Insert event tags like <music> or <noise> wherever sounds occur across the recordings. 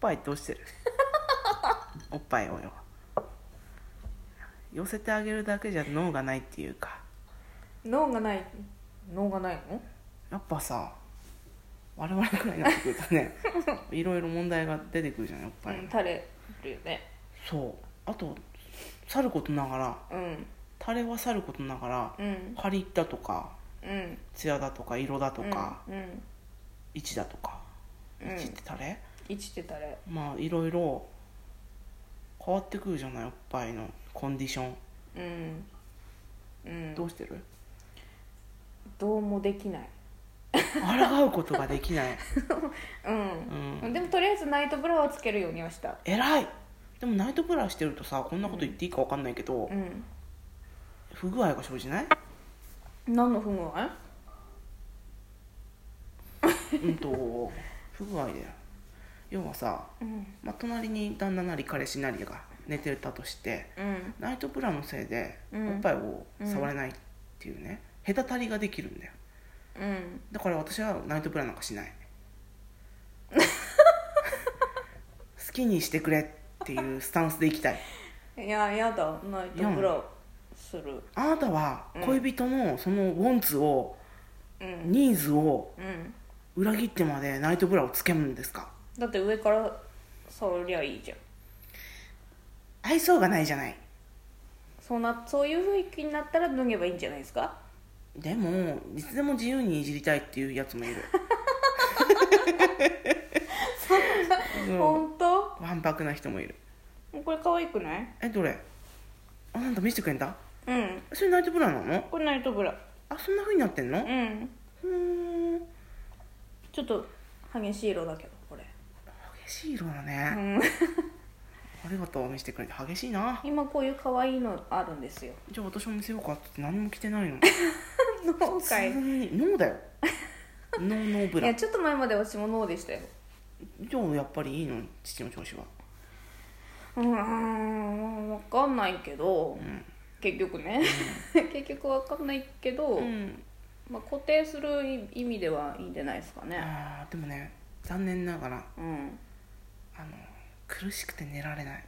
ぱいって落ちて <laughs> るおっぱいをよ寄せてあげるだけじゃ脳がないっていうか脳がない脳がないのやっぱさ我々くらいになってくるとね <laughs> いろいろ問題が出てくるじゃんやっぱり、うん垂れるよねそうあとさることながらうんタレはさることながらうん借りったとかうんツヤだとか色だとか、うん位置だとかうん位置ってタレ、位置って垂れまあいろいろ変わってくるじゃないおっぱいのコンディション、うんうんどうしてる <laughs> どうもできない抗うことができない、うんうん、でもとりあえずナイトブラはつけるようにはした偉いでもナイトブラしてるとさこんなこと言っていいか分かんないけど、うん不具合が生じない何の不具合うんと不具合だよ要はさ、うんまあ、隣に旦那なり彼氏なりが寝てたとしてうんナイトブラのせいでうおんっぱいを触れないっていうね、隔たりができるんだようんだから私はナイトブラなんかしない <laughs> 好きにしてくれっていうスタンスでいきたいいややだナイトブラするあなたは恋人のそのウォンツを、うんニーズをうん裏切ってまでナイトブラをつけるんですかだって上から触りゃいいじゃん愛想がないじゃないそうなそういう雰囲気になったら脱げばいいんじゃないですかでもいつでも自由にいじりたいっていうやつもいるうん本当わんぱくな人もいるこれ可愛くないえどれあなんだ見せてくれたうんそれナイトブラなのこれナイトブラあそんな風になってんのうんうーんちょっと激しい色だけどこれ、激しい色だうね、ん、ありがとう見せてくれて激しいな今こういう可愛いのあるんで <laughs> すよじゃあ私も見せようかって言って何も着てないの脳かい普通にノー <laughs> だよノーノーブいラやじちょっと前まで私も脳でしたよゃあやっぱりいいの父の調子はうーん分かんないけどうん、結局ね <laughs> 結局分かんないけど、うん、まあ、固定する意味ではいいんじゃないですかねあーでもね残念ながらうんあの苦しくて寝られない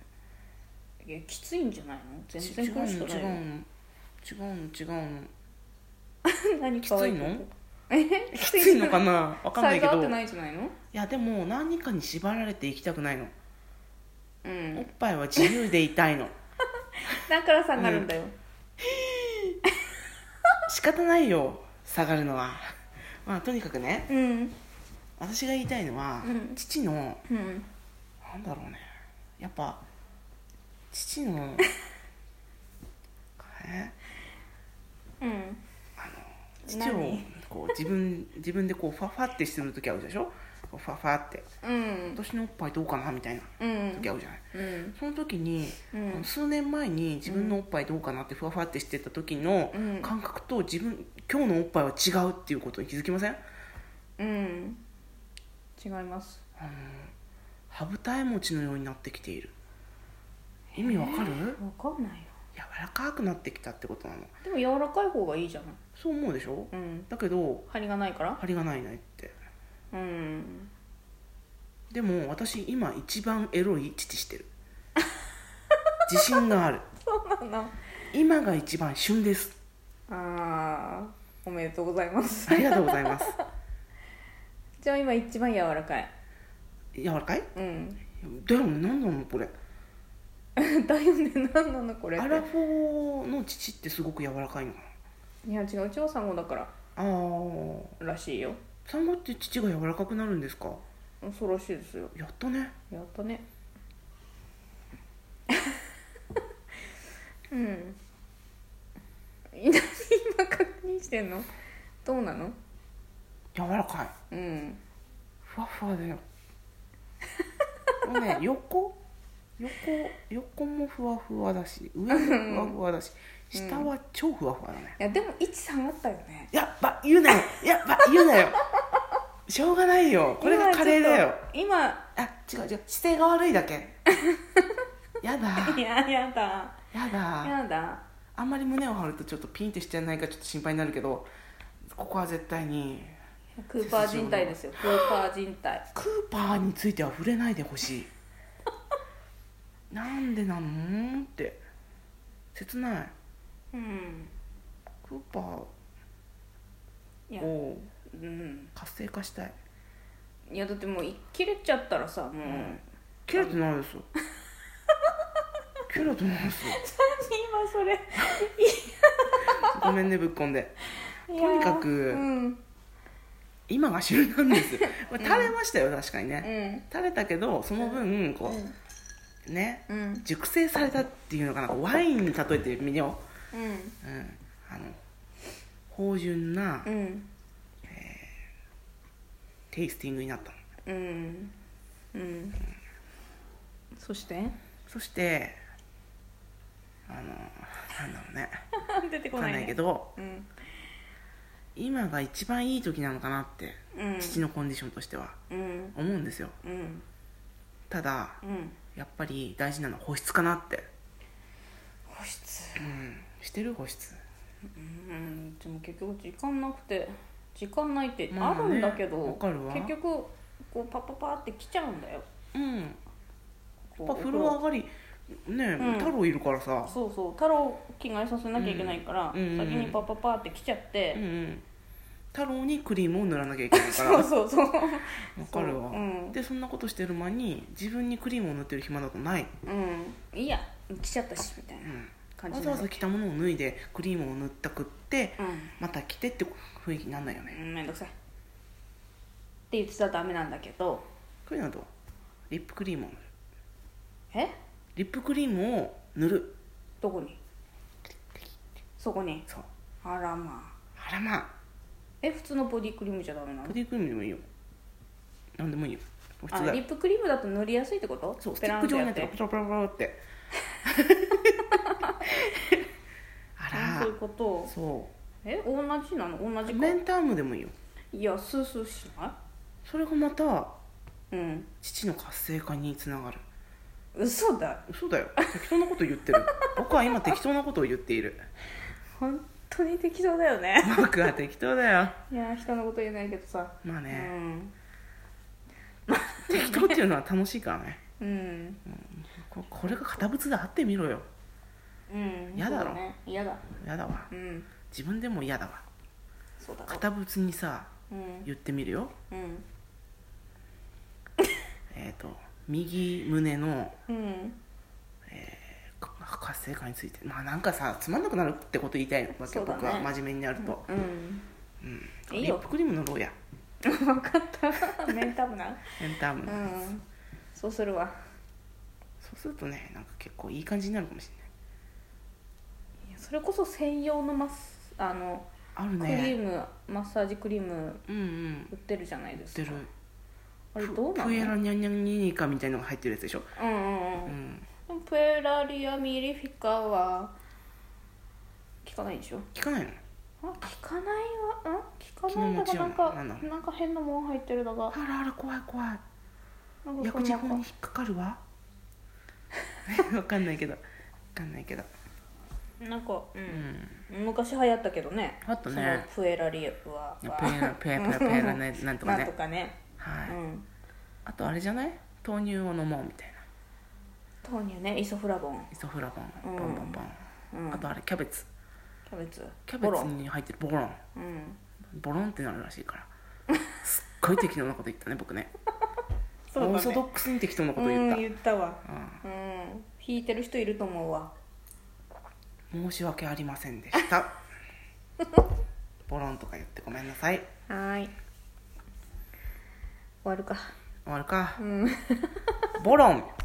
いやきついんじゃないの全然違うの苦しく違なういよの違うの違うの何きかつわいいのえきついのか <laughs> なわかんサなイいズけ合っどていないんじゃないのやでも何かに縛られていきたくないの、うおっんぱいは自由でいたいのだからさなるんだよ、仕方ないよ下がるのは <laughs> まあとにかくねうん私が言いたいのは、うん父のうんなんだろうねやっぱ父の <laughs> えうん父を何こう自分自分でこうファファってしてる時あるでしょこうファファってうん私のおっぱいどうかなみたいなうん時あるじゃないうんその時に、うんあの数年前に自分のおっぱいどうかなってふわふわってしてた時のうん感覚と自分今日のおっぱいは違うっていうことに気づきませんうん違いますあの羽二重持ちのようになってきている意味わかる分かんないよ柔らかくなってきたってことなのでも柔らかい方がいいじゃないそう思うでしょうんだけど張りがないから張りがないないってうんでも私今一番エロい父してる自信があるそうなんだ今が一番旬ですああおめでとうございますありがとうございますじゃあ今一番柔らかい柔らかいうんだよね何なのこれだよね何なのこれっアてラフォーの父ってすごく柔らかいのかいや違ううちは産後だからなあーらしいよ産後って父が柔らかくなるんですか恐ろしいですよやっとねやった <laughs> ねうんいな今確認してんのどうなの柔らかいうんふわふわだよもうね横横横もふわふわだし上もふわふわだし下は超ふわふわだね、いやでも位置下がったよねやっぱ言うなよやっぱ言うなよしょうがないよこれがカレーだよ今あ違う違う姿勢が悪いだけやだちょっと今いややだやだやだあんまり胸を張るとちょっとピンってしてないかちょっと心配になるけどここは絶対にクーパー人体ですよクーパー人体クーパーについては触れないでほしいなんでなのって切ないうんクーパいやーをうん活性化したいいやだってもうい切れちゃったらさ <laughs> もう、ん切れてないですよ切れてないですよ今それごめんねぶっこんでととにかくうん今が旬なんですよまあ垂れましたよ確かにねうん垂れたけどその分こうねうん熟成されたっていうのかなワインに例えてみようんう、うん、あの芳醇なうんテイスティングになったのうんうんそしてそしてあのなんだろうね出てこ分かなんいなねいけどうん今が一番いい時なのかなってうん父のコンディションとしてはうん思うんですようんただうんやっぱり大事なのは保湿かなって保湿うんしてる保湿うんでも結局時間なくて時間ないってまああねるんだけど、わかるわ結局こうパッパッパーって来ちゃうんだようんやこっうぱ風呂上がりねうん太郎いるからさそうそう太郎着替えさせなきゃいけないから、うんうんうん先にパッパッパーって来ちゃっうて、んうん太郎にクリームを塗らなきゃいけないか <laughs> そらうそうそうわかるわ、そううんでそんなことしてる間に自分にクリームを塗ってる暇だとない、、うんいいや来ちゃったしみたいうなん感じわにざなわざる着たものを脱いでクリームを塗ったくってうんまた着てって雰囲気になんないよねうんめんどくさいって言ってたらダメなんだけどこういうのはどうリップクリームを塗るえリップクリームを塗るどこにそこにそうあらまああらまあえ普通のボディクリームじゃダメなのボディクリームでもいいよなんでもいいよ普あ通だリよップクリームだと塗りやすいってことそうスペティッランっクて状にやなっってるてプラプラプラって <laughs> ああらそういうことそえ同じなの同うじかメンタームでもいいよいやスースーしなそれがまたいうん父の活性化につながる嘘だ嘘だよ適当なこと言って <laughs> る僕は今適当なことを言っている本当に適当だ <laughs> よね僕は適当だよいや人のこと言えないけどさまあうね、ん適当っていうのは楽しいからねうんここれが堅物であってみろようん嫌だろそうね嫌だやだわうん自分でも嫌だわそうだろ堅物にさうん言ってみるようんえっ、と右胸のうんか活性化についてまあなんかさつまんなくなるってこと言いたいわけ、そうだね僕は真面目になると、うんうんいいリッよプクリームのろうや分かったメンタムなエンターム、うんそうするわそうするとねなんか結構いい感じになるかもしいやそれこそ専用のマッスあのれないあるクリねーム、マッサージクリームうんうん売ってるじゃないで売っすてかるあれどうなのプエラニャンニャンニニカみたいのが入ってるやつでしょ、うんうんううんん、でもプエラリアミリフィカは効かないでしょ聞かないのあ効かないわうん効かない昨だか日なも違うのんかなんだなんか変なもん入ってるだがあらあら怖い怖いなんか薬事そ法んにな引っかかるわわかんないけどわかんないけどなんか、ううんん昔流行ったけどねあとねそのプエラリアはペラペラペラペラねなんとか <laughs> なんねとかね、はういん、あとあれじゃない豆乳を飲もうみたいな豆乳ねイソフラボン、イソフラボンうんボンボンボン、うん、あとあれキャベツキャベツキャボベロツンに入ってるボロンうん、ボロンってなるらしいから <laughs> すっごい適当なこと言ったね僕ねそうだオーねソドックスに適当なこと言ったうん、言ったわうんうん弾いてる人いると思うわ申し訳ありませんでした <laughs> ボロンとか言ってごめんなさいはーい終わるか終わるかうんボロン